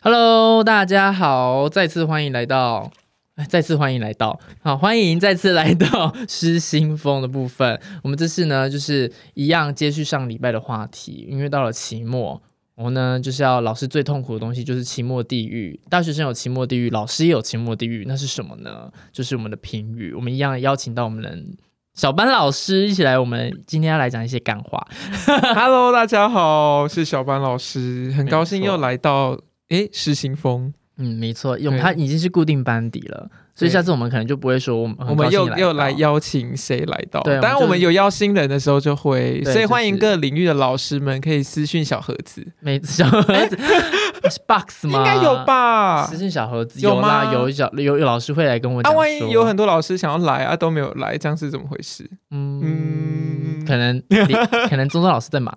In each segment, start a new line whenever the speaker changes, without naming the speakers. Hello，大家好，再次欢迎来到，哎，再次欢迎来到，好，欢迎再次来到失心疯的部分。 我们这次呢，就是一样接续上礼拜的话题，因为到了期末，我呢就是要老师最痛苦的东西就是期末地狱。大学生有期末地狱，老师也有期末地狱，那是什么呢？就是我们的评语。我们一样邀请到我们的小班老师一起来，我们今天要来讲一些干话。
Hello，大家好，我是小班老师，很高兴
没错
又来到诶石行风，
嗯，没错，因为
对
他已经是固定班底了，所以
对
下次我们可能就不会说我们
我们又又来
来到
邀请谁来到？
对我们
当然
就是
我们有邀新人的时候就会，
对
所以欢迎
就是
各领域的老师们可以私讯小盒子，
每次小盒子、 是 box 吗？
哎应该有？吧
私？信小盒子
有
有啦，
吗
有小有有老师会来跟我
啊，
讲说，
万一有很多老师想要来啊都没有来，这样是怎么回事？
嗯，
嗯
可能 可能中中老师在忙，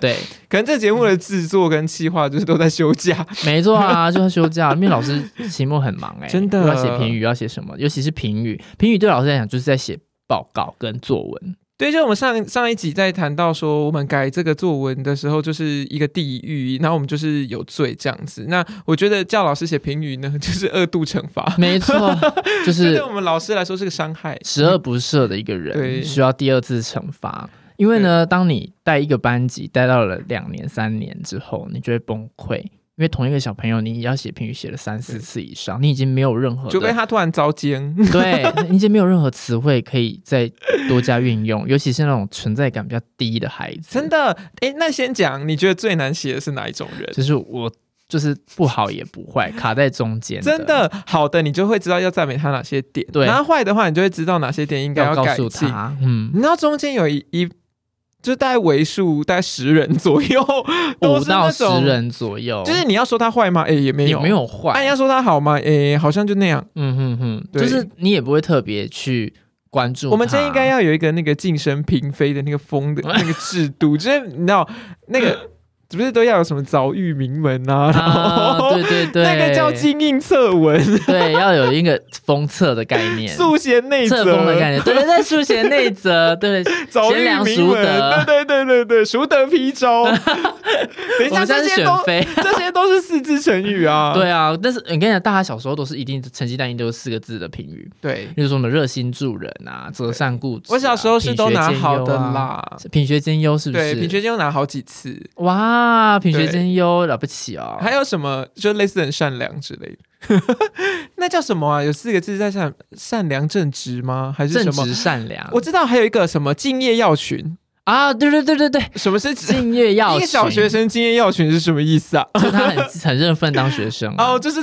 对，
可能这节目的制作跟企划就是都在休假，
没错 啊，就要休假，因为老师期末很忙哎、
真的
又要写评语，又要写什么，尤其是评语，评语对老师来讲就是在写报告跟作文，
对，就是我们上上一集在谈到说，我们改这个作文的时候，就是一个地狱，然后我们就是有罪这样子。那我觉得叫老师写评语呢， 就是二度惩罚，
没错，就
这
是 哦
对我们老师来说是个伤害。
十恶不赦的一个人，
嗯对
需要第二次惩罚。因为呢，当你带一个班级带到了两年、三年之后，你就会崩溃。因为同一个小朋友，你要写评语写了三四次以上，你已经没有任何
除 非
的
他突然遭奸，
对，你已经没有任何词汇可以再多加运 用，尤其是那种存在感比较低的孩子，
真的。哎，那先讲，你觉得最难写的是哪一种人？
就是我就是不好也不 坏，卡在中间。
真的好的，你就会知道要赞美他哪些点；
对
然后坏的话，你就会知道哪些点应该
要告
改
诉
进。
他，嗯，
你知道中间有一一，就是大概为数大概十人左右，都
五
是
到
那
十
种
人左右，
就是你要说他坏吗？哎、也没
也
有，
没。有坏，
哎、要说他好吗？哎、好像就那样。
嗯哼哼，就
对
是你也不会特别去关注它。
我们今天应该要有一个那个晋升嫔妃的那个风的那个制度，就是你知道那个不是都要有什么早育名门啊，然
啊，
后、
对对对，
那个叫金印策文、
对，要有一个封测的概念，
素贤内
册封的概念，
则、
对对对，书写内则，对对，
早
贤
育
良
名
淑
门，
德
对对对对对，淑德批招。等一
我
下，
们现在
这
是
些
选
都
妃。
这些都是四字成语啊。
对啊，但是你跟你讲，大家小时候都是一定成绩单，一定都是四个字的评语，
对，
比如说什么热心助人啊、择善固执啊、
我小时候是都拿好的
品学兼优啊，是品学兼优
啦。
是不是？
对，品学兼优拿好几次，
哇，品学
对
兼优了不起哦，
还有什么就类似很善良之类的？ 那叫什么啊？有四个字在善善良正直吗？还是
正
什么？
直啊善良
我知道还有一个什么敬业要群，
啊，对对对对对，
什么是敬？
敬业要
一个小学
群
生敬业要群是什么意思 啊？
就他很很认份当学生、啊，
哦，就是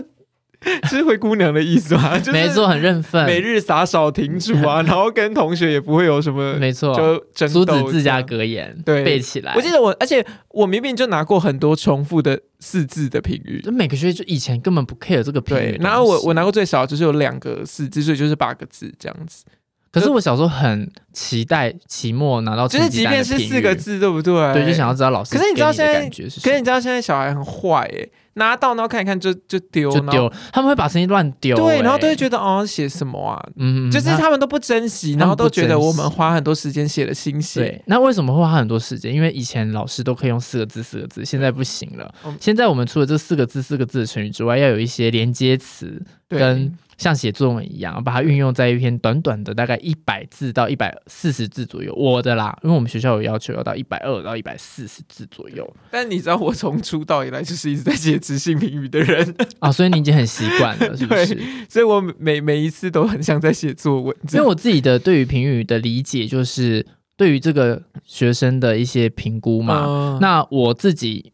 就是灰姑娘的意 思吧？就是
没，错，很认份，
每日洒扫庭除 啊，然后跟同学也不会有什么
没错，
就争
朱
斗
子自家
这样。
格言，
对
背起来。
我记得我，而且我明明就拿过很多重复的四字的评语，
就每个学期就以前根本不 care 这个评语
对
的，东西，
然后我我拿过最少就是有两个四字，所以就是八个字这样子。
可是我小时候很期待期末拿到
就
成
是
绩
即
哦单的
便
评
是
语，
四个字，对不对？
对，就想。要知道老师
可是你知道
给的
现在
感觉是
可是
什
你知道现在小孩很坏哎、拿到然后看一看就就丢，
么，就
然后
丢，他们会把成绩乱丢，
对，然后都会
得，
觉得哦写什么啊，
嗯，嗯
就是
那
他们都不珍惜，
他们
然后都
不珍
觉得我们
惜
花很多时间写了心血，
对，那为什么会花很多时间？因为以前老师都可以用四个字、四个字，现在不行了
嗯。
现在我们除了这四个字、四个字的成语之外，要有一些连接词，
对
跟像写作文一样，把它运用在一篇短短的大概一百字到一百四十字左右。我的啦，因为我们学校有要求要到一百二到一百四十字左右
但你知道我从出道以来就是一直在写直性评语的人，
啊，所以你已经很习惯 了，是不是？
所以我每每一次都很像在写作文这
因为
样。
我自己的对于评语的理解就是对于这个学生的一些评估嘛，
嗯
那我自己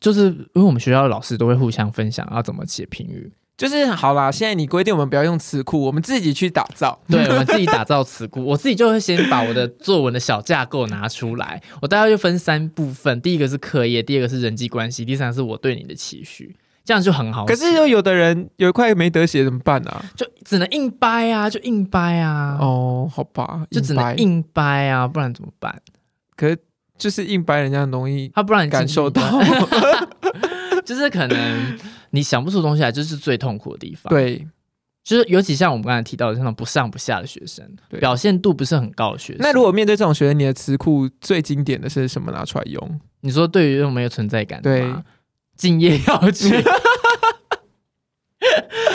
就是因为我们学校的老师都会互相分享要怎么写评语，
就是好啦，现在你规定我们不要用词库，我们自己去打造。
对我们自己打造词库， 我自己就会先把我的作文的小架构拿出来，我大概就分三部分，第一个是课业，第二个是人际关系，第三个是我对你的期许。这样就很好写，
可是又有的人有一块没得写怎么办啊？
就只能硬掰啊，就硬掰啊，
哦，好吧，
就只
掰
能硬掰啊，不然怎么办？
可是就是硬掰人家很容易
他不然你
感受到，
就是可能你想不出东西来，就是最痛苦的地方。，
对。
就是尤其像我们刚才提到的，像那种不上不下的学生，
对
表现度不是很高的学生。
那如果面对这种学生，你 的词库最经典的是什么拿出来用？
你说对于那种没有存在感的
对
吗，敬业要去，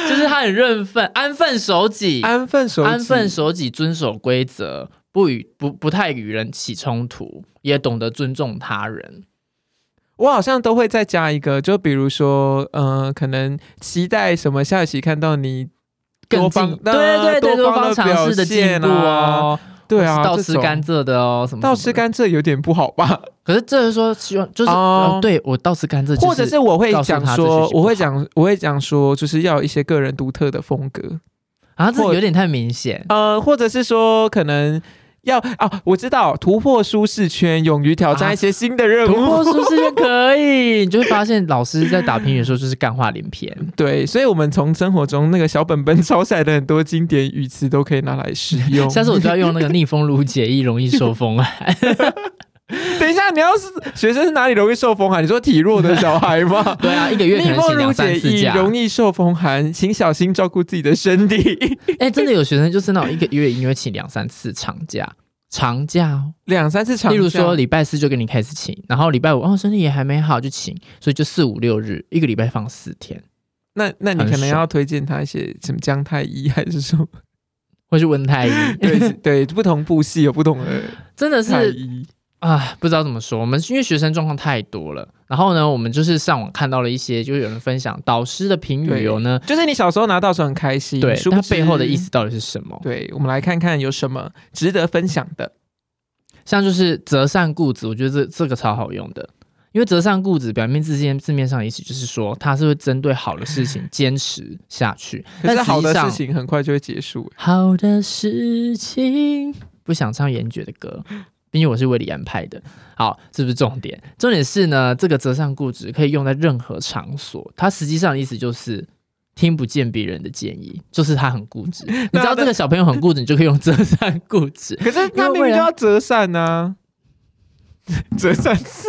就是他很认份，安分守己，
安分守己
安分守己，遵守规则，不与不不太与人起冲突，也懂得尊重他人。
我好像都会再加一个，就比如说，呃，可能期待什么下一期看到你
更
多
进
方
对对对，
多
多
方
方
的
尝试的进步
表现啊，
哦，
对啊，
我是倒
这
吃
种
甘蔗的哦，什么
倒吃
什么的，
甘蔗有点不好吧？
可是这是说希望就是
哦
呃对我倒吃甘蔗，
或者是我会
告诉
讲
他这学
说，
习不
我会
好
讲，我会讲说，就是要有一些个人独特的风格，
啊，这
或
有点太明显，
呃，或者是说可能。要啊，我知道突破舒适圈，勇于挑战
啊
一些新的 任
突
务。
破舒适圈可以，你就会发现老师在打评语的时候就是干话连 篇。
对，所以我们从生活中那个小本本抄下来的很多经典语词都可以拿来使 用。
下次我就要用那个逆风如解意，容易受风啊 寒。？
等一下，你要是学生是哪里容易受风寒？你说体弱的小孩吗
对啊，一个月可
逆
能
风
请
如
两三
解
次
意，
假。
容易受风寒，请小心照顾自己的 身体。
哎、真的有学生就是那种一个月因为请两三次长假，长假哦，
两三次长假，
例如说礼拜四就给你开始请，然后礼拜五哦身体也还没好就请，所以就四五六日一个礼拜放四天。
那那你
很
可能
爽
要推荐他一些什么姜太医，还 是说
或是温太医，
对对不同部戏有不同的
真的
太
是
医？
啊，不知道怎么说。我们因为学生状况太多了，然后呢，我们就是上网看到了一些，就是有人分享导师的评语有呢，
就是你小时候拿到的时候很开心，
对，
殊不
它
知
背后的意。思到底是什么？
对，我们来看看有什么值得分享的。
像就是择善固执，我觉得这这个超好用的，因为择善固执表面字面字面上的意思就是说，他是会针对好的事情坚持下去，
可
但
是
实际
好的
上
事，情很快就会结束。
好的事情不想唱严爵的歌。毕竟我是为李安拍的，好，这不是重点，重点是呢，这个择善固执可以用在任何场所，它实际上的意思就是听不见别人的建议，就是他很固 执。你知道这个小朋友很固执，你就可以用择善固执。
可是
因
他
为
明明
未
就
来
要折扇呢、折扇是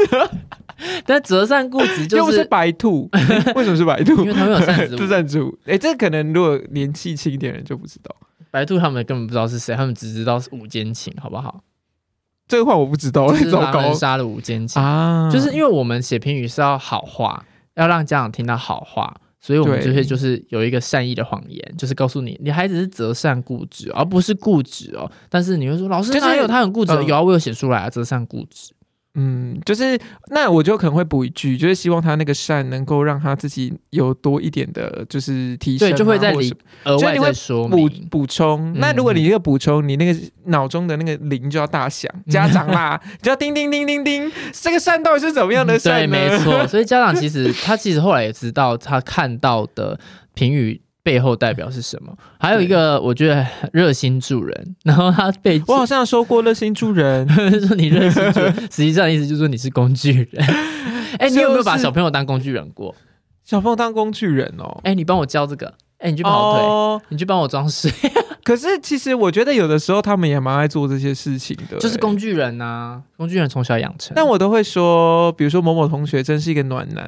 但择善固执
又
就
不是白 兔，为什么是白兔
因？为他们有扇 子
是扇子舞。哎、这可能如果年纪轻一点的人就不知道。
白兔他们根本不知道是谁，他们只知道是五间琴，好不好？
这个话我不知道，
就是
糟
狼
糕
人杀的五间琴，
啊！
就是因为我们写评语是要好话，要让家长听到好话，所以我们
对
就会就是有一个善意的谎言，就是告诉你，你孩子是择善固执，而不是固执哦。但是你会说，老师
就是
哪有他很固执？
嗯
有啊，我有写出来啊，择善固执。
嗯，就是那我就可能会补一句，就是希望他那个扇能够让他自己有多一点的，就是提升啊、
对，就会在
或者
里嗯
是
额
所以
外
你会
再说
补
明。
补充。那如果你这个补充，你那个脑中的那个铃就要大响，家长 啦，就要叮叮叮叮叮，这个扇到底是怎么样
嗯
的
对，
扇呢？
没错。所以家长其实他其实后来也知道他看到的评语背后代表是什么。还有一个我觉得热心助人，然后他被
我好像收过热心 助人，
说你热心助 人，实际上意思就是说你是工具人。哎、你有没有把
就是
小朋友当工具人过？
小朋友当工具人哦。
哎、你帮我教这个，哎、你去跑腿，
哦，
你去帮我装水，
可是其实我觉得有的时候他们也蛮爱做这些事情的、
就是
欸
工具人呐、工具人从小养成。
但我都会说，比如说某某同学真是一个暖男，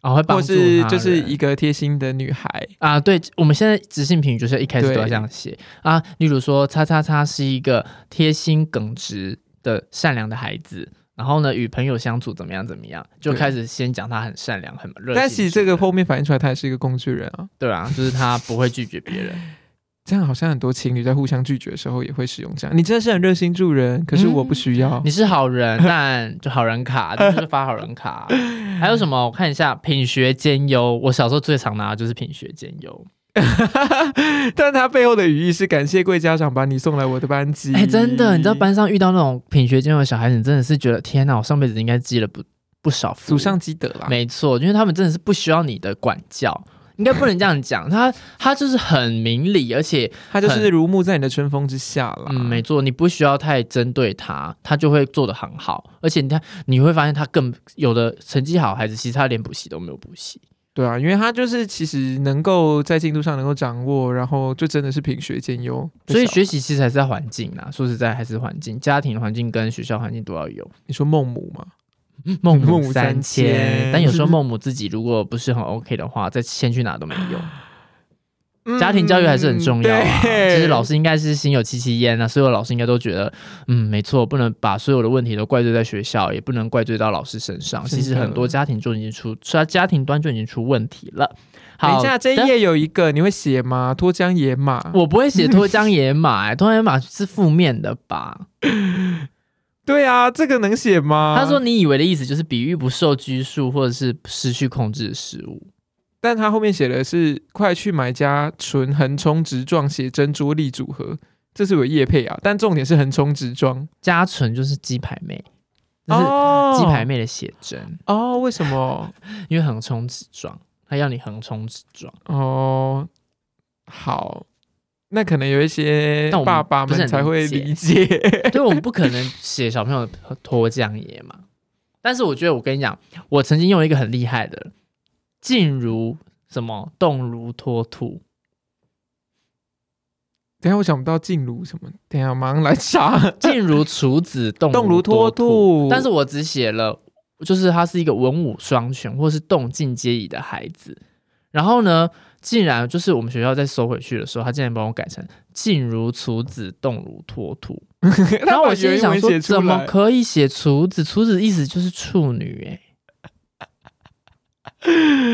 哦会帮
或
助
是
他
就是
人
一个贴心的女孩。
啊，对，我们现在直性评语就是一开始
对
都要这样写啊，例如说，叉叉叉是一个贴心耿直的善良的孩子，然后呢，与朋友相处怎么样怎么样，就
对
开始先讲他很善良，很热情。
但其实这个后面反映出来，他也是一个工具人啊。
对啊，就是他不会拒绝别人。
这样好像很多情侣在互相拒绝的时候也会使用这样。你真的是很热心助人，可是我不需要。
你是好人，但就好人卡，就是发好人卡。还有什么？我看一下，品学兼优。我小时候最常拿的就是品学兼优。
但他背后的语义是感谢贵家长把你送来我的班级。
哎、真的，你知道班上遇到那种品学兼优的小孩子，你真的是觉得天哪，我上辈子应该积了不不少福。
祖上积德啦。
没错，因为他们真的是不需要你的管教，应该不能这样讲。他他就是很明理，而且
他就是如沐在你的春风之下啦。
嗯，没错，你不需要太针对他，他就会做得很好。而且你看，你会发现他更有的成绩好的孩子，其实他连补习都没有补习。
对啊，因为他就是其实能够在进度上能够掌握，然后就真的是品学兼优的小孩。
所以学习其实还是在环境啦，说实在还是环境，家庭环境跟学校环境都要有。嗯
你说孟母嘛，
孟
嗯母
母
三
三
迁
迁，但有时候孟母自己如果不是很 OK 的话，再迁去哪都没用。家庭教育还是很重要啊。
嗯对
其实老师应该是心有戚戚焉啊，所有老师应该都觉得，嗯，没错，不能把所有的问题都怪罪在学校，也不能怪罪到老师身上。
真的
其实很多家庭就已经出，家家庭端就已经出问题了。
等
好
一下，
的，
这一页有一个，你会写吗？脱缰野马，
我不会写脱缰野马、欸，脱缰野马是负面的吧？
对啊，这个能写吗？
他说，你以为的意思就是比喻不受拘束或者是失去控制的事物。
但他后面写的是“快去买家纯横冲直撞写真桌立组合”，这是有叶配啊，但重点是横冲直撞，
嘉纯就是鸡排妹，就是
哦
鸡排妹的写真，
哦，为什么？
因为横冲直撞，他要你横冲直撞。
哦，好，那可能有一些
但我们
爸爸
不是很
们才会
理
理解。
对，我们不可能写小朋友脱缰野嘛。但是我觉得，我跟你讲，我曾经用一个很厉害的，静如什么动如脱兔，
等一下我想不到静茹什么，等一下马上 来查。
静如处子，动
动
如
如脱
兔。
兔，
但是我只写了，就是他是一个文武双全或是动静皆宜的孩子。然后呢，竟然就是我们学校在收回去的时候，他竟然帮我改成静如处子，动如脱兔。 然后我心里想说，怎么
可？
可以写处子？处子意思就是处女哎、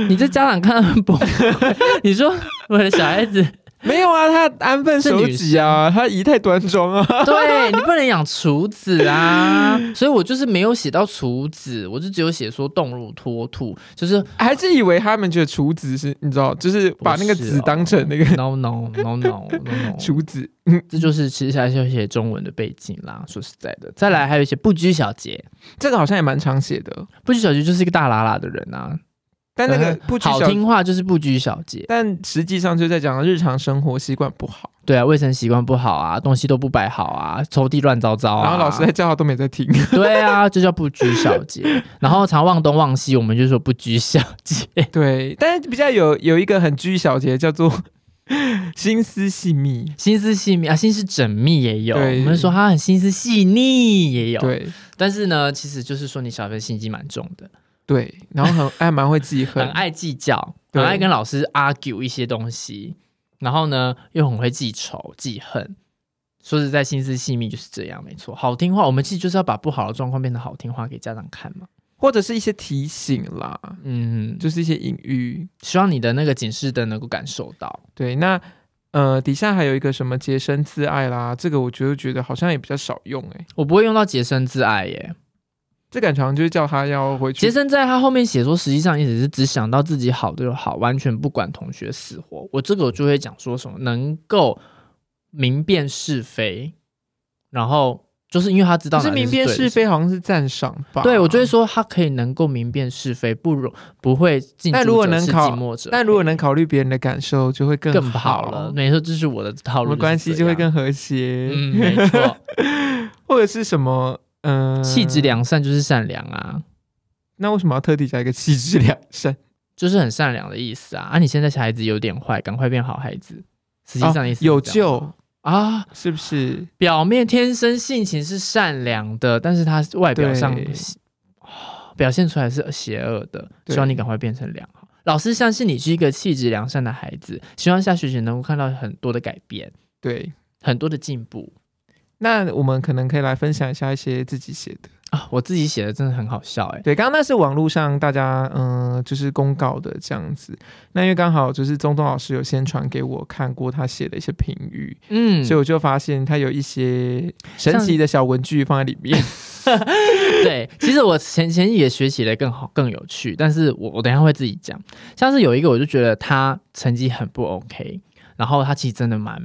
你这家长看得很崩溃。 你说我的小孩子，
没有啊，他安分守己啊，他仪态端庄啊。
对你不能养处子啊，所以我就是没有写到处子，我就只有写说动如脱兔，就是
还是以为他们觉得厨子是，你知道，就是把那个
不是
子
哦
当成那个
no no no no no no，
厨子。
这就是其实还是有写中文的背景啦。说实在的，哦再来还有一些不拘小节，
这个好像也蛮常写的，
不拘小节就是一个大喇喇的人啊，
但那个
嗯
不拘
好
小，
听话就是不拘小节。
但实际上就在讲日常生活习惯不好，
对啊，卫生习惯不好啊，东西都不摆好啊，抽屉乱糟糟啊。
然后老 师在教他都没在听。
对啊，这叫不拘小节。 然后常忘东忘西，我们就说不拘小节。
对，但是比较有有一个很拘小节叫做 心思细密。
心思细密啊，心思缜密也有，
对
我们说他很心思细腻也有。，
对
但是呢，其实就是说你小孩心机蛮重的，
对，然后很还蛮会记
很
恨，
爱计较，
对
很爱跟老师 argue 一些东西，然后呢又很会记仇记恨。说实在，心思细密就是这样，没错。好听话，我们其实就是要把不好的状况变成好听话给家长看嘛。
或者是一些提醒啦，
嗯，
就是一些隐喻。
希望你的那个警示灯能够感受到。
对，那呃，底下还有一个什么洁身自爱啦，这个我觉得觉得好像也比较少用哎、
我不会用到洁身自爱耶，
这感觉好像就是叫他要回去
洁。身自爱他后面写说，实际上也只是只想到自己好就好，完全不管同学死活。我这个我就会讲说什么能够明辨是非，然后就是因为他知道
可
哪
是
些
明辨
对的
是。非啊好像是赞赏吧？
对，我就会。说他可以能够明辨是非，不容不会近
但
朱
如果
者
能
赤
考
近墨者黑，
但如果能考虑别人的感受，就会更
更不
好
好了，，没错，这是我的套
我
路，
们关系就会
是这样
更和谐，
嗯，没 错，
或者是什么，嗯、
气质。良善就是善良啊，
那为什么要特地加一个气质良善？
就是很善良的意思啊。啊，你现在小孩子有点坏，赶快变好孩子。实际上意思是
哦有
这样
救，
啊，
是不是？
表面天生性情是善良的，但是他外表上哦
对
表现出来是邪恶的。
对
希望你赶快变成良好。老师相信你是一个气质良善的孩子，希望下学期能够看到很多的改变，
对。
很多的进步
那我们可能可以来分享一下一些自己写的。
啊！我自己写的真的很好笑哎、
对，刚刚那是网络上大家嗯、呃就是公告的这样子。那因为刚好就是宗东老师有先传给我看过他写的一些评语，
嗯，
所以我就发现他有一些神奇的小文具放在里面。
对，其实我前前也学习的更好、更有趣，但是我我等一下会自己讲。像是有一个，我就觉得他成绩很不 OK，然后他其实真的蛮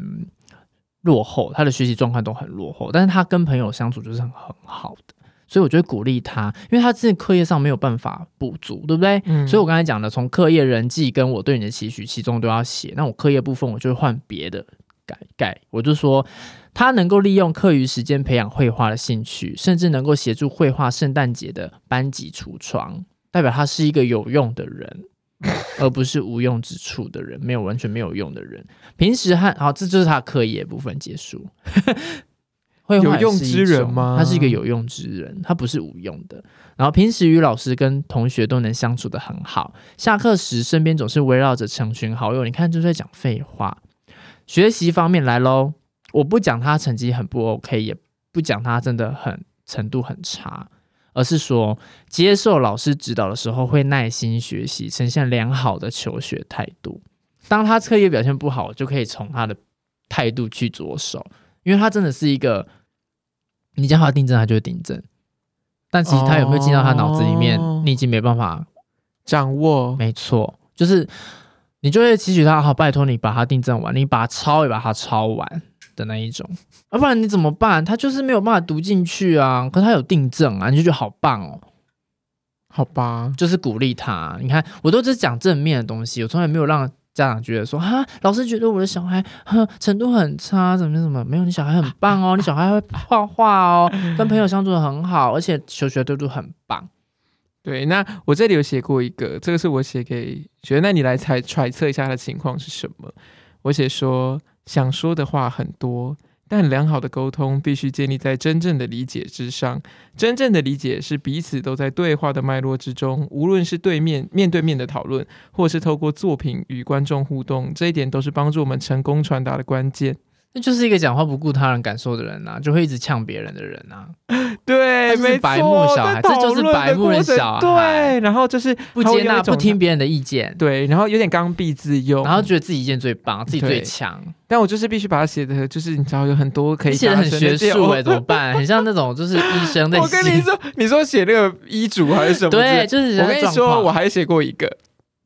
落后，他的学习状况都很落后，但是他跟朋友相处就是很很好的，所以我就会鼓励他，因为他真的课业上没有办法补足，对不对？
嗯
所以我刚才讲的，从课业、人际跟我对你的期许，其中都要写。那我课业部分，我就会换别的改改。我就说，他能够利用课余时间培养绘画的兴趣，甚至能够协助绘画圣诞节的班级橱窗，代表他是一个有用的人。而不是无用之处的人，没有完全没有用的人。平时和好，这就是他的课业部分结束。绘画
有用
也是一
之人
种
吗
他是一个有用之人，他不是无用的。然后平时与老师跟同学都能相处的很好，下课时身边总是围绕着成群好友，你看就是在讲废话。学习方面来喽，我不讲他成绩很不 OK，也不讲他真的很程度很差，而是说接受老师指导的时候会耐心学习，呈现良好的求学态度。当他课业表现不好，我就可以从他的态度去着手，因为他真的是一个，你叫他订正，他就会订正。但其实他有没有进到他脑子里面，
哦
你已经没办法
掌握
没错，就是你就会期许他，好，拜托你把它订正完，你把它抄也把它抄完的那一种，要、不然你怎么办？他就是没有办法读进去啊，可他有订正啊，你就觉得好棒哦，
好吧？
就是鼓励他。啊你看，我都只讲正面的东西，我从来没有让。家长觉得说啊，老师觉得我的小孩呵程度很差，怎么怎么没有？你小孩很棒哦，你小孩会画画哦，跟朋友相处的很好，而且求学态度很棒。
对，那我这里有写过一个，这个是我写给学生，那你来猜揣测一下他的情况是什么？我写说想说的话很多，但良好的沟通必须建立在真正的理解之上。真正的理解是彼此都在对话的脉络之中，无论是对面面对面的讨论，或是透过作品与观众互动，这一点都是帮助我们成功传达的关键。
那就是一个讲话不顾他人感受的人啊，就会一直呛别人的人啊。
对，
他就是
没错，
白目小孩
在
这就是
讨论
白目的
过程
小孩
对，然后就是
不
他会
接
用一
纳、
种
不听，别人的意见，
对，然后有点刚愎自用，
然后觉得自己意见最棒，自己最
对
强，
但我就是必须把它写的，就是你知道有很多可以
你写的很
达成的
学
点
术
我
哎、怎么办？很像那种就是医生在
我跟你
写，
说，你说写那个医嘱还是什么？
对，，就是人
我
家
跟你
状
说，
况
我还写过一个，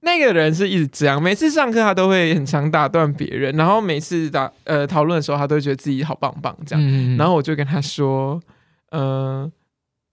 那个人是一直这样，每次上课他都会很常打断别人，然后每次打呃讨论的时候，他都会觉得自己好棒棒这样。
嗯
然后我就跟他说，呃，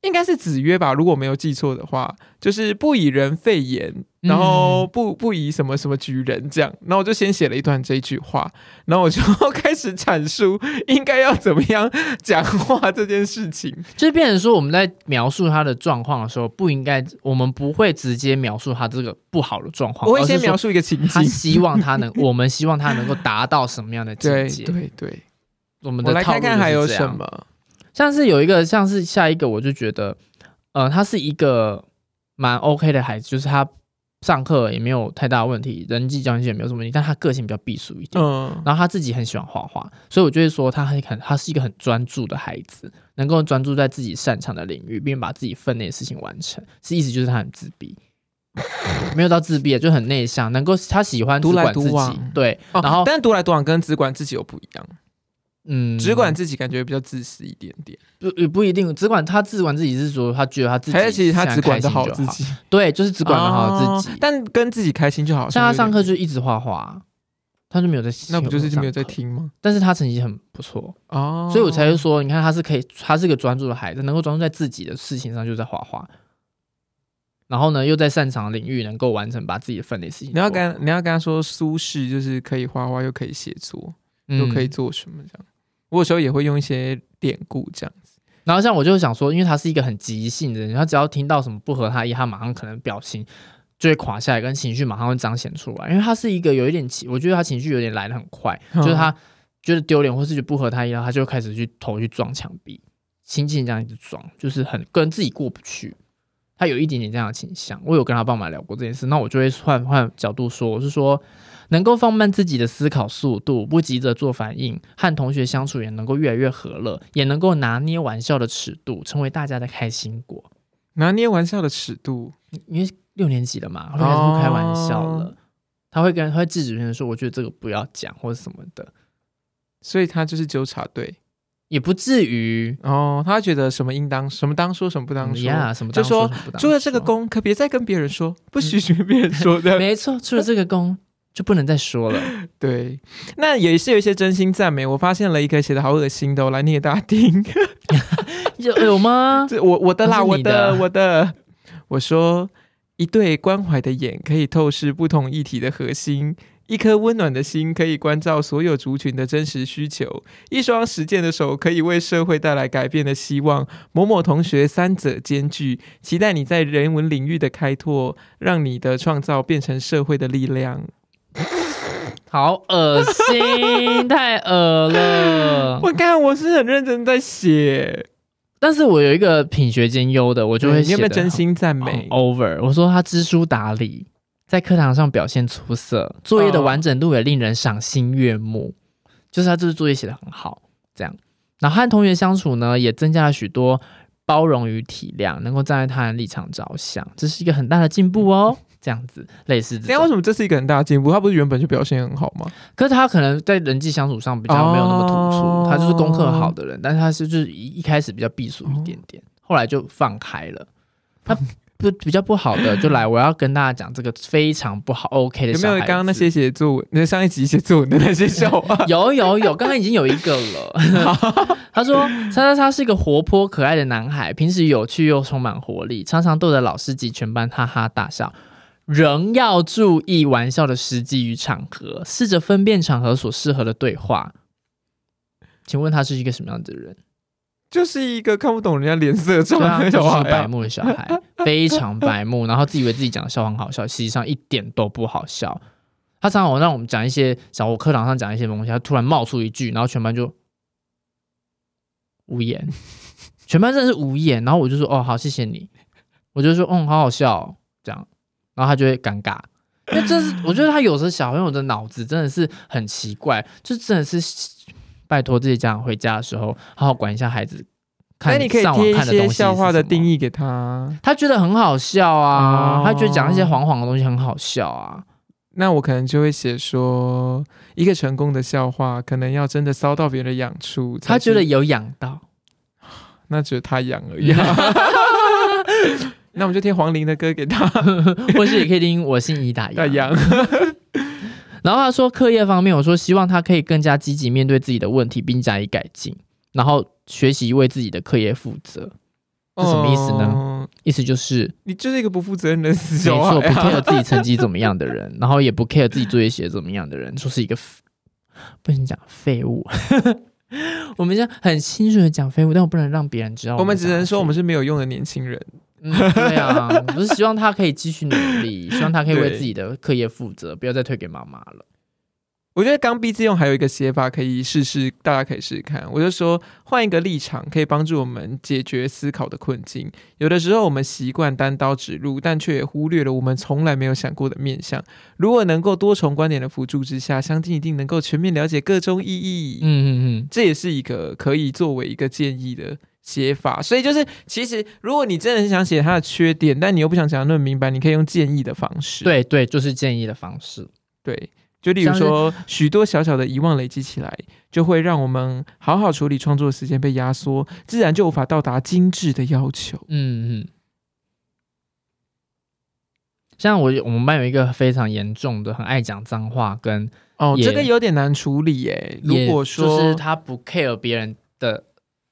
应该是子曰吧，如果没有记错的话，就是不以人废言，然
嗯
后不不以什么什么举人这样。然后我就先写了一段这一句话，然后我就 开始阐述应该要怎么样讲话这件事情。
就是变成说我们在描述他的状况的时候，不应该，我们不会直接描述他这个不好的状况，
我会
而哦是
先描
说
述一个情
他
境。
希望他能， 我们希望他能够达到什么样的境
对
界？
对对，
我们
我
的
来
套
看
路
看
就
还
是
有
这
什
样
么。
像是有一个，像是下一个，我就觉得，呃，他是一个蛮 OK 的孩子，就是他上课也没有太大问题，人际交际也没有什么问题，但他个性比较避俗一点。
嗯，
然后他自己很喜欢画画，所以我就会说他很很，他是一个很专注的孩子，能够专注在自己擅长的领域，并把自己分内的事情完成。是意思就是他很自闭， 没有到自闭，啊就很内向，能够他喜欢
独
只
来
管
独
自己
往，
对，
哦
然后
但独来独往跟只管自己又不一样，
嗯，
只管自己感觉比较自私一点点，
不也不一定，只管他只管自己是说他觉得他自己
还是其实他
现在
只管
开
得
心
好
就
自己，
对，就是只管得好自己。
哦但跟自己开心就好。
像他
像
上
有点
课就一直画画啊，他就没有在，
那不就是没有在
上课？
听吗？
但是他成绩很不错，
哦，
所以我才会说，你看他是可以，他是个专注的孩子，能够专注在自己的事情上，就是在画画。然后呢，又在擅长的领域能够完成把自己的分内事情
你
做好。
要跟你要跟他说，苏轼就是可以画画，又可以写作，又可以
嗯
做什么这样。我有时候也会用一些典故这样子，
然后像我就想说，因为他是一个很急性的人，他只要听到什么不合他意，他马上可能表情就会垮下来，跟情绪马上会彰显出来。因为他是一个有一点情，我觉得他情绪有点来的很快，
嗯
就是他觉得丢脸或是觉得不合他意，然后他就开始去头去撞墙壁，轻轻这样一直撞，就是很跟自己过不去。他有一点点这样的倾向，我有跟他爸妈聊过这件事，那我就会换换角度说，我是说能够放慢自己的思考速度，不急着做反应，和同学相处也能够越来越和乐，也能够拿捏玩笑的尺度，成为大家的开心果。
拿捏玩笑的尺度。
因为六年级了嘛，会开始不开玩笑了，
哦
他会跟他会制止学生说，我觉得这个不要讲或者什么的，
所以他就是纠察队
也不至于
哦，他觉得什么应当什么当说，什么不当
嗯
说。
呀什么
就
当
说
说什么不当
做了这个
说嗯
功课，别再跟别人说，不许许别人说 的。
没错，出了这个功就不能再说了。
对，那也是有一些真心赞美。我发现了一个写的好恶心的哦，我来念给大家听。
有有 吗？
这我我的啦，
那
我
是你的
的我的， 我说一对关怀的眼可以透视不同议题的核心。一颗温暖的心可以关照所有族群的真实需求，一双实践的手可以为社会带来改变的希望。某某同学三者兼具，期待你在人 文领域的开拓，让你的创造变成社会的力量。
好恶心，太恶了。
我看我是很认真在写，
但是我有一个品学兼优哦的，我就会
你有没
写得
有真心赞
很
美？
over。我哦说他知书达理，在课堂上表现出色，作业的完整度也令人赏心悦目。就是他这次作业写得很好，这样。然后和同学相处呢，也增加了许多包容与体谅，能够站在他人立场着想，这是一个很大的进步哦。这样子类似这
但为
种，
什么这是一个很大的进步？他不是原本就表现很好吗？
可是他可能在人际相处上比较没有那么突出，
哦
他就是功课好的人，但是他是就是一一开始比较避暑一点点，
哦
后来就放开了。他不比较不好的就来，我要跟大家讲这个非常不好 OK 的
有没
小
有
孩？
刚刚那些写作文，那上一集写作文的那些笑话
有有有，刚刚已经有一个了。他说：“叉叉叉是一个活泼可爱的男孩，平时有趣又充满活力，常常逗得老师及全班哈哈大笑。仍要注意玩笑的时机与场合，试着分辨场合所适合的对话。”请问他是一个什么样的人？
就是一个看不懂人家脸色的状
对啊，
态
就是
小孩
白
啊。
目的小孩，非常白目，然后自以为自己讲的笑话很好笑，实际上一点都不好笑。他常常让我们讲一些，小我课堂上讲一些东西，他突然冒出一句，然后全班就无言，全班真的是无言。然后我就说：“哦，好，谢谢你。”我就说：“嗯，好好笑哦、这样。”然后他就会尴 尬。因为这是，我觉得他有时候小朋友的脑子真的是很奇怪，就真的是拜托自己家长回家的时候好好管一下孩子。
那
看
你可以
上网
贴一
看的东
些
西是
笑话的
什么
定义给他。
他觉得很好笑啊，
哦
他觉得讲那些黄黄的东西很好笑啊。
那我可能就会写说，一个成功的笑话可能要真的骚到别人的痒处才是，
他觉得有痒 到，
那只有他痒 而已、 啊。那我们就听黄龄的歌给他
或是也可以听我心已打
他
烊。
痒。
然后他说课业方面，我说希望他可以更加积极面对自己的问题，并加以改进，然后学习为自己的课业负责。 这什么意思呢
哦
意思就是
你就是一个不负责任的死
没
小孩、
错，不
啊。
care 自己成绩怎么样的人， 然后也不 care 自己作业写得怎么样的人，就是一个 f- 不能讲废物。 我们这样很清楚的讲废物，但我不能让别人知道
我们只
讲
能
的
说
废
我
物
们是没有用的年轻人。
嗯，对啊， 我是希望他可以继续努力，希望他可以为
对
自己的课业负责，不要再推给妈妈了。
我觉得刚愎自用还有一个写法可以试试，大家可以试试看。我就说换一个立场，可以帮助我们解决思考的困境。有的时候我们习惯单刀直入，但却也忽略了我们从来没有想过的面向。如果能够多重观点的辅助之下，相信一定能够全面了解各中意义。
嗯嗯
这也是一个可以作为一个建议的写法。所以就是，其实如果你真的很想写他的缺点，但你又不想讲得那么明白，你可以用建议的方式。
嗯，对对，就是建议的方式。
对，就例如
像是
说，许多小小的遗忘累积起来，就会让我们好好处理创作的时间被压缩，自然就无法到达精致的要求。
嗯嗯。像我有我们班有一个非常严重的，很爱讲脏话，跟
哦，
也
这个有点难处理耶。如
也
果说、
就是他不 care 别人的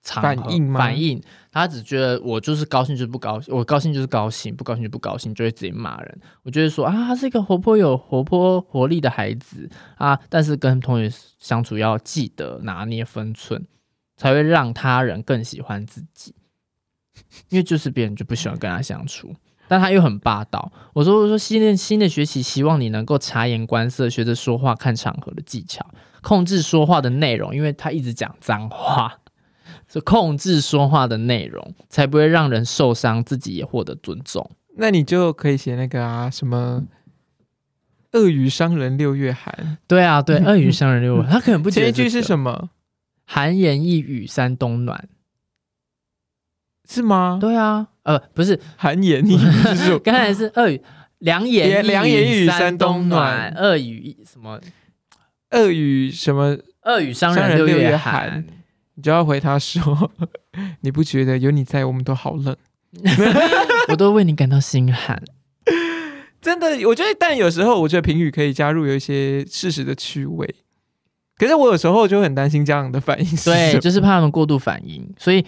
场合
反应吗
反应，他只觉得我就是高兴就是不高兴，我高兴就是高兴，不高兴就不高兴，就会直接骂人。我就会说啊，他是一个活泼有活泼活力的孩子啊，但是跟同学相处要记得拿捏分寸，才会让他人更喜欢自己。因为就是别人就不喜欢跟他相处，但他又很霸道。我说我说新的新的学期，希望你能够察言观色，学着说话看场合的技巧，控制说话的内容，因为他一直讲脏话。所以控制说话的内容，才不会让人受伤，自己也获得尊重。
那你就可以写那个啊，什么“恶语伤人六月寒
对啊，
嗯
对，鳄鱼商人六，他可能”，不觉
前
得
一句是
么？
什么？
寒言一语三冬暖。
是吗？
对啊，呃，不是，
寒 言逆语是什么
刚才是鳄鱼良言
哦良言一
一
语
三
三冬
冬暖
暖，
鳄鱼一什么？
恶语什么？
鳄鱼商
商
人
人六
月
月寒。你就要回他说：“ 你不觉得有你在，我们都好冷。”
我都为你感到心寒。
真的，我觉得，但有时候我觉得评语可以加入有一些事实的趣味。可是我有时候就很担心家长的反应是什
对，
么
就是怕他们过度反应，所以，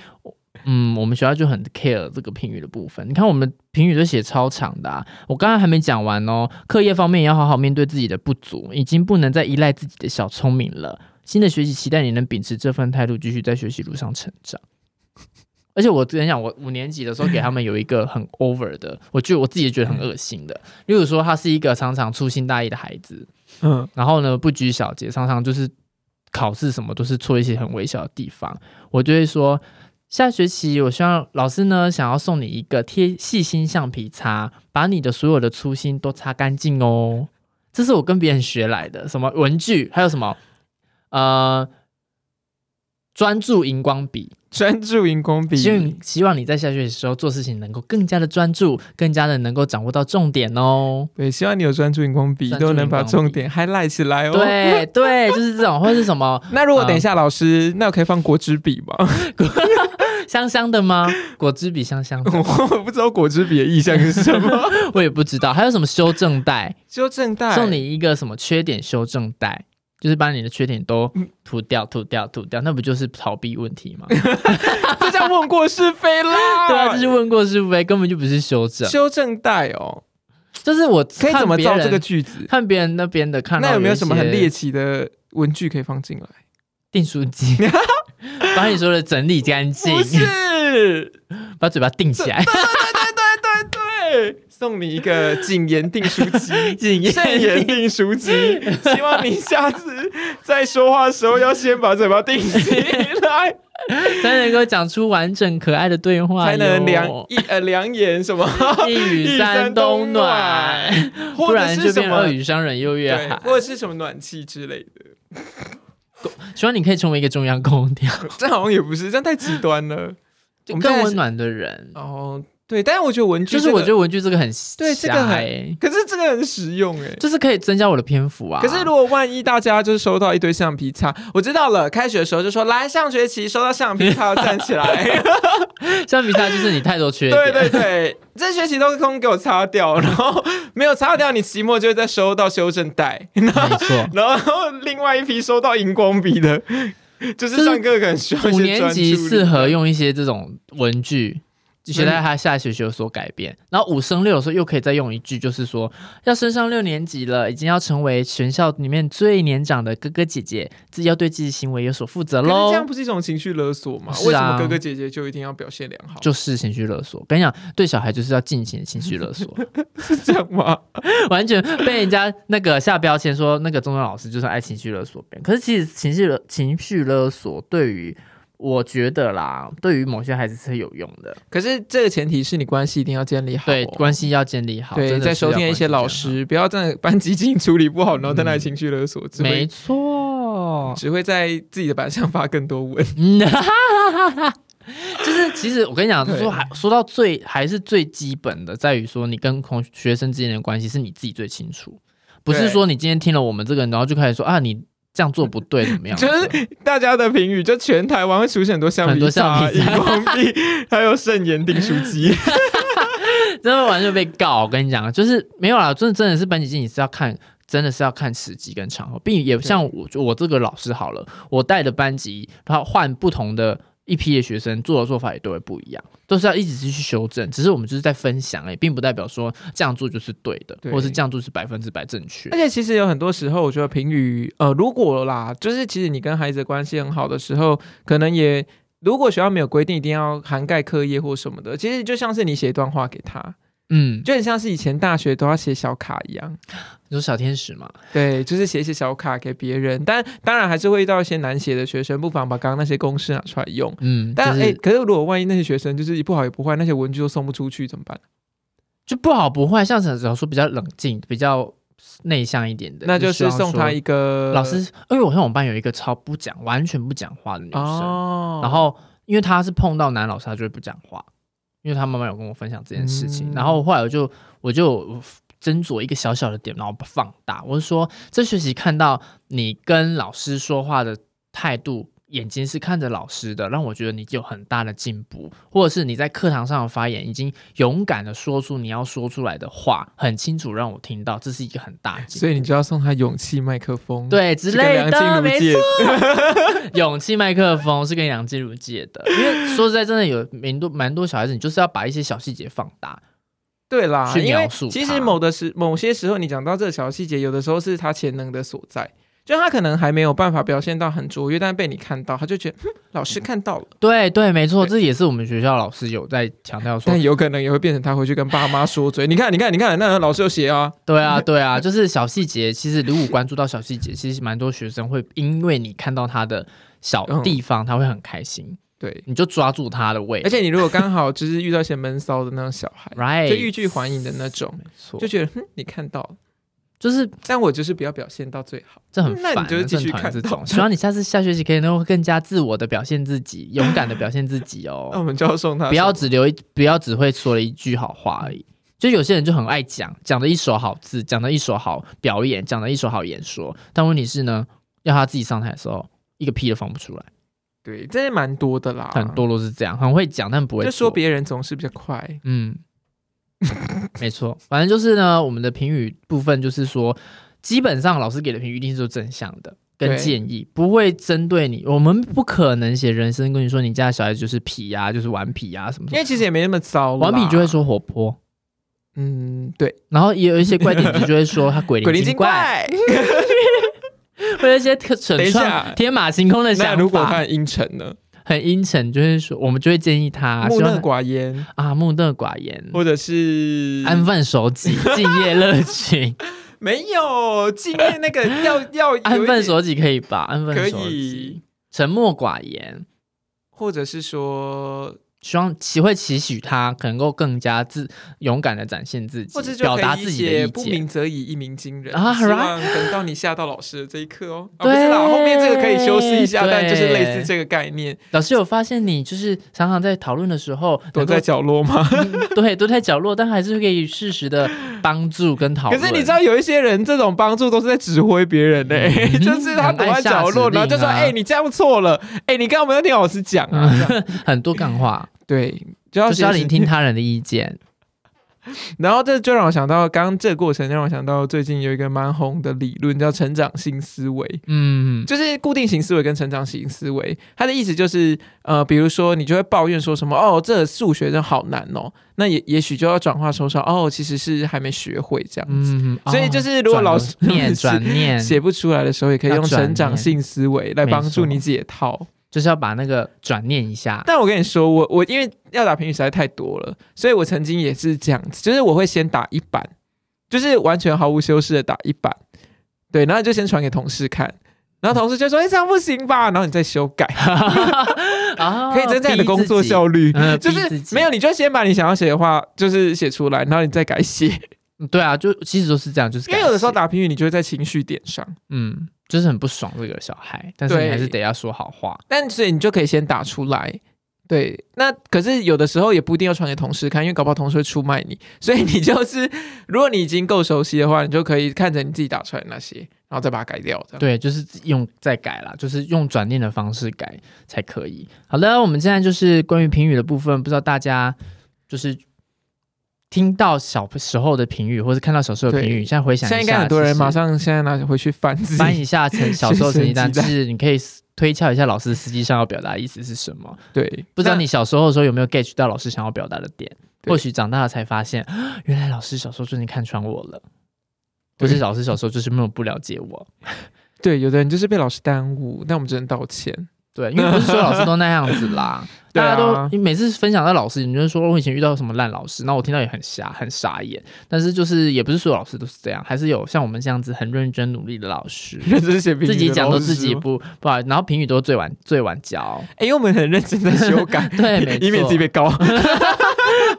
嗯，我们学校就很 care 这个评语的部分。你看，我们评语都写超长的、啊，我刚刚还没讲完哦。课业方面也要好好面对自己的不足，已经不能再依赖自己的小聪明了。新的学习期待你能秉持这份态度，继续在学习路上成长。而且我之前讲，我五年级的时候给他们有一个很 over 的，我觉得我自己也觉得很恶心的。例如说，他是一个常常粗心大意的孩子，
嗯，
然后呢不拘小节，常常就是考试什么都是错一些很微小的地方，我就会说。下学期，我希望老师呢，想要送你一个贴细心橡皮擦，把你的所有的粗心都擦干净哦。这是我跟别人学来的，什么文具，还有什么呃，专注荧光笔，
专注荧光笔，
希望希望你在下学期的时候做事情能够更加的专注，更加的能够掌握到重点哦。
对，希望你有专注荧光笔，
专注
都能把
荧光
重
笔
点 highlight 起来哦。，
对对，就是这种，或是什么
那如果
嗯
等一下老师，那我可以放果汁笔 吗？
香香的吗？果汁笔香香的，
我不知道果汁笔的意象是什 么。
我也不知道。还有什么修正带，
修正带
送你一个什么缺点修正带，就是把你的缺点都
嗯
涂掉、涂掉、涂掉，那不就是逃避问题 吗？
啊这叫问过是非啦。
对啊，就是问过是非，根本就不是修正。
修正带哦，
就是我
可以
看
怎么
别
造这
人
个句子？
看别人那边的看到
那有没有什么很
一些
猎奇的文具可以放进来？
订书 机，把你说的整理干 净
不，是，
把嘴巴定起 来。
对对对对对，送你一个谨言订书 机。
谨 言
慎言订书 机，希望你下次在说话的时候要先把嘴巴定起 来，
才能够讲出完整可爱的对话哟，
才能良一呃良言 什么
一语三冬暖，，不
或者
然
是
就
什
变
么
恶语伤人又越
对，
寒。
或者是什么暖气之类的。
希望你可以成为一个中央空调，
这好像也不是，这样太极端了。
就
我们现在
更
是
温暖的人。
哦，对，但是我觉得文具、
就
这
是
个
我觉得文具这个很
对这
狭
个很
隘
可是这个很实用哎、
就是可以增加我的篇幅啊。
可是如果万一大家就是收到一堆橡皮擦，我知道了，开学的时候就说来上学期收到橡皮擦要站起来，
橡皮擦就是你太多缺
对
点，
对对，这学期都通通给我擦掉，然后没有擦掉，你期末就会再收到修正带，
没 错。
然后另外一批收到荧光笔的， 就是上课可能需要一
五
些
年
专注
级
力
适合用一些这种文具，学在他下学期有所改变。然后五升六的时候又可以再用一句，就是说要升上六年级了，已经要成为全校里面最年长的哥哥姐姐，自己要对自己的行为有所负责
可是这样
喽。
不是一种情绪勒索吗？
是啊
为什么哥哥姐姐就一定要表现良 好？
就是情绪勒索，跟你讲，对小孩就是要进行情绪勒索，
是这样吗？
完全被人家那个下标签说那个中文老师就是爱情绪勒索别人。可是其实情绪勒情绪勒索对于我觉得啦，对于某些孩子是有用的。哦
可是这个前提是你关系一定要建立好、
对，关系要建立好。
对，
真的
在
是
收
要
听的一
关
些
系
老
建立
师，不要在班级经营处理不好，然后在那里
嗯
情绪勒索，只
好，没
会
错，
只会在自己的板上发更多文。
嗯，哈哈哈哈哈 就是其实我跟你讲，
对
说还说到最还是最基本的，在于说你跟同学生之间的关系是你自己最清楚，不是
对
说你今天听了我们这个，然后就开始说啊你这样做不对怎么样的，
就是大家的评语，就全台湾会出现很多橡
很
皮
多
擦、
橡皮
荧
擦
光笔， 还有圣言订书机。
真的完全被告。我跟你讲，就是没有啦，真的真的是班级经理是要看，真的是要看时机跟场合，并也像我我这个老师好了，我带的班级，然后换不同的。一批的学生做的做法也都会不一样，都是要一直去修正。只是我们就是在分享、欸，并不代表说这样做就是对的，
对
或是这样做是百分之百正确
而。且其实有很多时候，我觉得评语，呃，如果啦，就是其实你跟孩子的关系很好的时候，可能也如果学校没有规定一定要涵盖课业或什么的，其实就像是你写一段话给他，
嗯，
就很像是以前大学都要写小卡一样，
你说小天使嘛，
对，就是写一些小卡给别人。但当然还是会遇到一些难写的学生，不妨把刚刚那些公式拿出来用。
嗯，
但
但
哎、
是、
诶可是如果万一那些学生就是一不好也不坏，那些文具都送不出去怎么办？
就不好不坏，像小小说比较冷静、比较内向一点的，
那就是
希望
送
说
他一个
老师，因为我像我们班有一个超不讲，完全不讲话的女生，
哦，
然后因为她是碰到男老师，她就会不讲话，因为她妈妈有跟我分享这件事情，
嗯
然后后来我就我就斟酌一个小小的点，然后放大，我是说这学期看到你跟老师说话的态度。眼睛是看着老师的，让我觉得你有很大的进步，或者是你在课堂上的发言已经勇敢的说出你要说出来的话，很清楚让我听到，这是一个很大的进步。
所以你就要送他勇气麦克风，，
对之
是跟
类
梁静
的，
茹
没
借
错。
的。
勇气麦克风是跟杨静茹借的，因为说实在，真的有蛮多蛮多小孩子，你就是要把一些小细节放大。
对啦，
去
因为
描述
其
它
实某的时某些时候，你讲到这个小细节，有的时候是他潜能的所在。就他可能还没有办法表现到很卓越，但被你看到，他就觉得哼老师看到了，
对对，没嗯错，
对
这也是我们学校老师有在强调说
但，有可能也会变成他回去跟爸妈说嘴，你看，你看，你看，那老师有写啊，
对啊对啊，就是小细节，其实如果关注到小细节，其实蛮多学生会因为你看到他的小
嗯
地方，他会很开心，
对。
你就抓住他的胃，
而且你如果刚好就是遇到一些闷骚的那种小孩，
right
就欲拒还迎的那种，
没错，
就
就
觉得哼，你看到了，
就是
但我就是不要表现到最好。
这很
嗯那
烦，啊
你就是继
真
续
讨厌
看
这
到
种。希望你下次下学期可以能够更加自我的表现自己， 勇敢的表现自己
那
哦
我，们就要送他
不要
什么
只留一，不要只会说了一句好话而已。就有些人就很爱讲，讲的一手好字，讲的一手好表演，讲的一手好演说，但问题是呢，要他自己上台的时候，一个屁都放不出来。
对，这些蛮多的啦，
很多都是这样，很会讲，但不会
啊就
做
说别人总是比较快。
嗯， 没错，反正就是呢，我们的评语部分就是说，基本上老师给的评语一定是正向的，跟
对
建议不会针对你，我们不可能写人生跟你说你家小孩就是皮呀、就是顽皮呀、什么什么
因为，其实也没那么糟啦
顽皮就会，说活泼，
嗯，对，
然后也有一些怪点子就会说他鬼
鬼
灵
灵
精
精
怪，
怪。
或者一些特
等
蠢
一
创
下
天马行空的
那
想
如果他
法，
很阴沉呢？
很阴沉，就是说我们就会建议他，
木
啊希望
讷
他
寡言，
啊木讷寡言，
或者是
安分守己，敬业乐群。
没有敬业那 个要 要有一点
安分，守己可以吧？安分
可
守己
以，
沉默寡言，
或者是说，
希望期会期许他能够更加自勇敢的展现自己
或者，就
表达
可以
自己的
写
意
不
见。
鸣则已，一鸣惊人
啊
希望等到你吓到老师的这一刻哦。啊，不是啦，
对
后面这个可以修饰一下，
对
但就是类似这个概念，
老师有发现你就是常常在讨论的时候
躲在角落吗？
能够对躲在角落，但还是可以适时的帮助跟讨
可
论。
是你知道有一些人这种帮助都是在指挥别人呢、
嗯
就是他躲在角落，
很爱下指令啊
然后就说：“哎、你这样错了，哎、你干嘛要听老师讲啊？”这样
很多干话，
对，就要
嗯就是要
先
聆听他人的意见。
然后这就让我想到，刚刚这个过程让我想到最近有一个蛮红的理论叫成长性思维，
嗯，
就是固定型思维跟成长型思维。它的意思就是，呃，比如说你就会抱怨说什么，哦，这数学真的好难哦，那也也许就要转化说说，哦，其实是还没学会这样子。
嗯，
所以 就是如果老师
转念转念，
写不出来的时候，也可以用成长性思维来帮助你解套。
就是要把那个转念一下。
但我跟你说，我我因为要打评语实在太多了，所以我曾经也是这样子，就是我会先打一版，就是完全毫无修饰的打一版，对，然后就先传给同事看，然后同事就说：“哎、这样不行吧？”然后你再修 改，
啊，
可以增加你
逼
的
自
工作
己
效率。
嗯
就
逼自己
是没有，你就先把你想要写的话，就是写出来，然后你再 改写。
嗯对啊，就其实都是这样，就是
因为有的时候
感
打评语，你就会在情绪点上，
谢，嗯，就是很不爽这个小孩，但是
对
你还是得要说好话，
但所以你就可以先打出来。对，那可是有的时候也不一定要传给同事看，因为搞不好同事会出卖你。所以你就是，如果你已经够熟悉的话，你就可以看着你自己打出来的那些，然后再把它改掉。这样，
对，就是用再改啦，就是用转念的方式改才可以。好的，我们现在就是关于评语的部分，不知道大家就是听到小时候的评语，或是看到小时候的评语，
对
现在回想
现
一下，
在应该很多
其
人
实
马上现在拿回去翻自
翻
己。
一下成小时候的 成绩单，就
学生
是你可以推敲一下老师实际上要表达的意思是什么。
对，
不知道
那
你小时候的时候有没有 get 到老师想要表达的点？
对
或许长大了才发现， 啊原来老师小时候就是看穿我了，或是
对
老师小时候就是没有不了解我。
对，有的人就是被老师耽误，那我们只能道歉。
对，因为不是所有老师都那样子 啦，
对
大家
啊。
都你每次分享到老师，你就说我以前遇到什么烂老师，那我听到也很瞎很傻眼。但是就是也不是所有老师都是这样，还是有像我们这样子很认真努力的老师
认真写评语 的
自己讲都自己
老师吗，
不不好，然后评语都最晚最晚教，，
哎，因为我们很认真在修改
对没错
以免自己被告。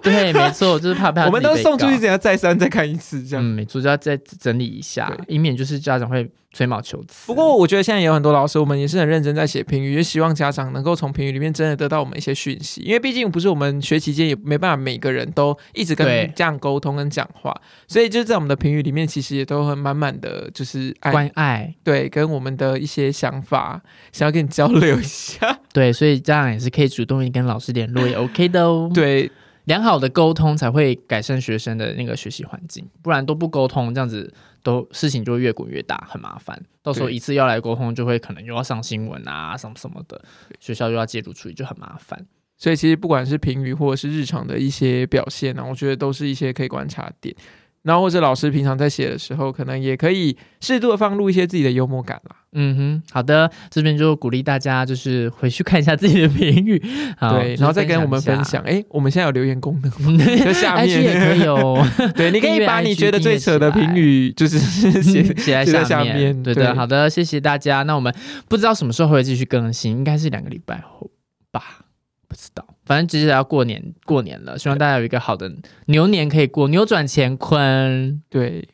对，没错，就是怕怕
我们
自己
都
被
送出
告
去，只要再三再看一次这样。
嗯，没错，就要再整理一下，以免就是家长会吹毛求疵。
不过我觉得现在也有很多老师，我们也是很认真在写评语，也希望家长能够从评语里面真的得到我们一些讯息，因为毕竟不是我们学期间也没办法每个人都一直
对
跟这样沟通跟讲话，所以就是在我们的评语里面，其实也都很满满的就是爱，
关爱，
对，跟我们的一些想法，想要跟你交流一下，
对，所以家长也是可以主动跟老师联络，也 OK 的哦。，
对，
良好的沟通才会改善学生的那个学习环境，不然都不沟通，这样子都事情就会越滚越大，很麻烦。到时候
对
一次要来沟通，就会可能又要上新闻啊，什么什么的，学校又要介入处理，就很麻烦。
所以其实不管是评语或者是日常的一些表现呢、啊，我觉得都是一些可以观察点。然后或者老师平常在写的时候，可能也可以适度的放入一些自己的幽默感啦。
嗯哼，好的，这边就鼓励大家就是回去看一下自己的评语，好
对，然后再跟我们分
享
享。哎，我们现在有留言功能吗，
一 下。
就下
IG 也可
面
以哦，
对，你可
订
以
阅
把
IG
你觉得
订阅
最扯的
起来
评语， 就是 写
嗯写
写
在
在下
下
面
面。对
对
的，好的，谢谢大家。那我们不知道什么时候会继续更新，应该是两个礼拜后吧，不知道。反正接下来要过年，过年了，希望大家有一个好的牛年可以过，扭转乾坤。
对，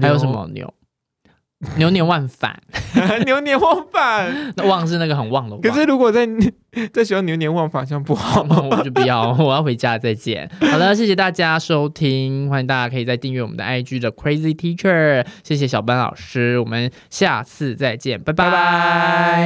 还有什么牛？牛年忘返，
牛 牛年忘返？
那忘是那个很旺的旺。
可是如果在 在学校牛年忘返，好像不好。
我就不要， 我要回家，再见。好的，谢谢大家收听，欢迎大家可以再订阅我们的 IG 的 Crazy Teacher，谢谢小班老师，我们下次再见，拜
拜拜。